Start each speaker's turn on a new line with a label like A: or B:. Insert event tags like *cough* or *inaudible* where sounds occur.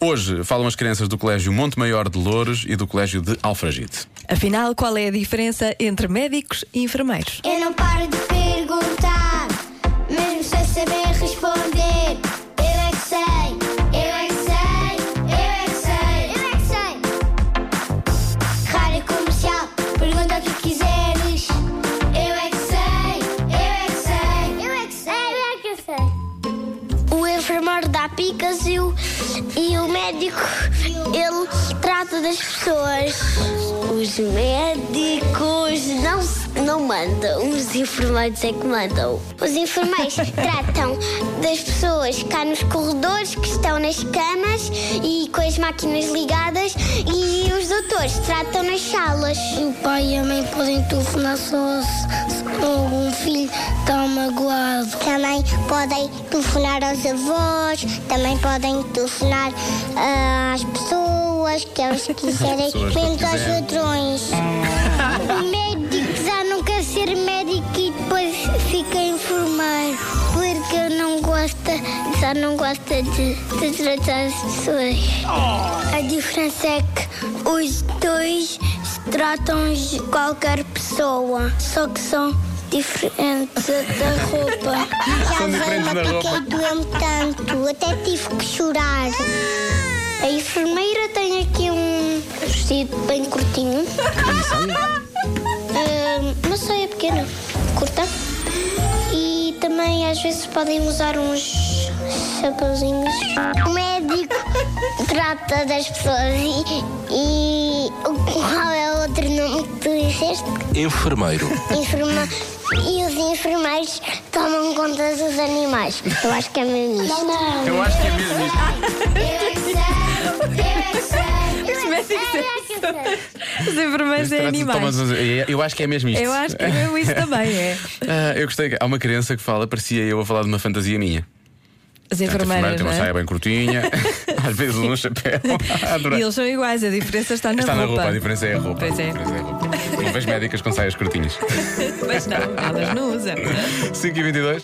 A: Hoje falam as crianças do Colégio Monte Maior de Louros e do Colégio de Alfragite.
B: Afinal, qual é a diferença entre médicos e enfermeiros?
C: Eu não paro de perguntar, mesmo sem saber responder. Eu é que sei, eu é que sei, eu é que sei, eu é que sei. Rádio comercial, pergunta o que quiseres. Eu é que sei, eu é que sei, eu é que sei, eu é que sei. O enfermeiro dá picas e o, e o médico, ele trata das pessoas. Os médicos não, se- não mandam, os enfermeiros é que mandam. Os enfermeiros *laughs* tratam das pessoas cá nos corredores, que estão nas camas e com as máquinas ligadas, e os doutores tratam nas salas. O pai e a mãe podem telefonar só se algum filho está magoado. Também podem telefonar aos avós, também podem telefonar ah, às pessoas
A: *laughs*
C: que eles quiserem,
A: pessoas que
C: menos aos
A: quiserem.
C: ladrões. O médico já não quer ser médico e depois fica enfermeiro. Porque eu não gosto, já não gosto de, de tratar as pessoas. A diferença é que os dois tratam de qualquer pessoa, só que são diferentes da roupa. Já
A: *laughs* São
C: levei
A: diferentes
C: uma
A: na roupa.
C: pica e doeu-me tanto, até tive que chorar. A enfermeira tem aqui um vestido bem curtinho. Ah, Uma saia pequena, curta. E também às vezes podem usar uns chapeuzinhos. O médico trata das pessoas e, e o- qual é o outro nome que tu disseste?
D: Enfermeiro.
C: Enferma- E os enfermeiros tomam conta dos animais. Eu acho que é mesmo isto.
A: Eu acho que é mesmo isto.
C: Eu é que sei, eu é que sei,
B: Os médicos
C: eu é que sei.
B: Os enfermeiros é
A: tipo
B: animais.
A: Eu acho que é mesmo isto.
B: Eu acho que mesmo isso também é.
A: Ah, eu gostei. Há uma criança que fala, parecia eu a falar de uma fantasia minha.
B: As
A: Portanto,
B: enfermeiras,
A: tem
B: não
A: uma saia
B: é?
A: bem curtinha, *laughs* às vezes um chapéu. Adorei.
B: *laughs* E eles são iguais, a diferença está na
A: Está na
B: roupa.
A: roupa, a diferença é a roupa.
B: Pois é.
A: A diferença é a
B: *laughs*
A: roupa. Não vejo médicas com saias curtinhas.
B: Mas não, elas não usam.
A: 5 e 22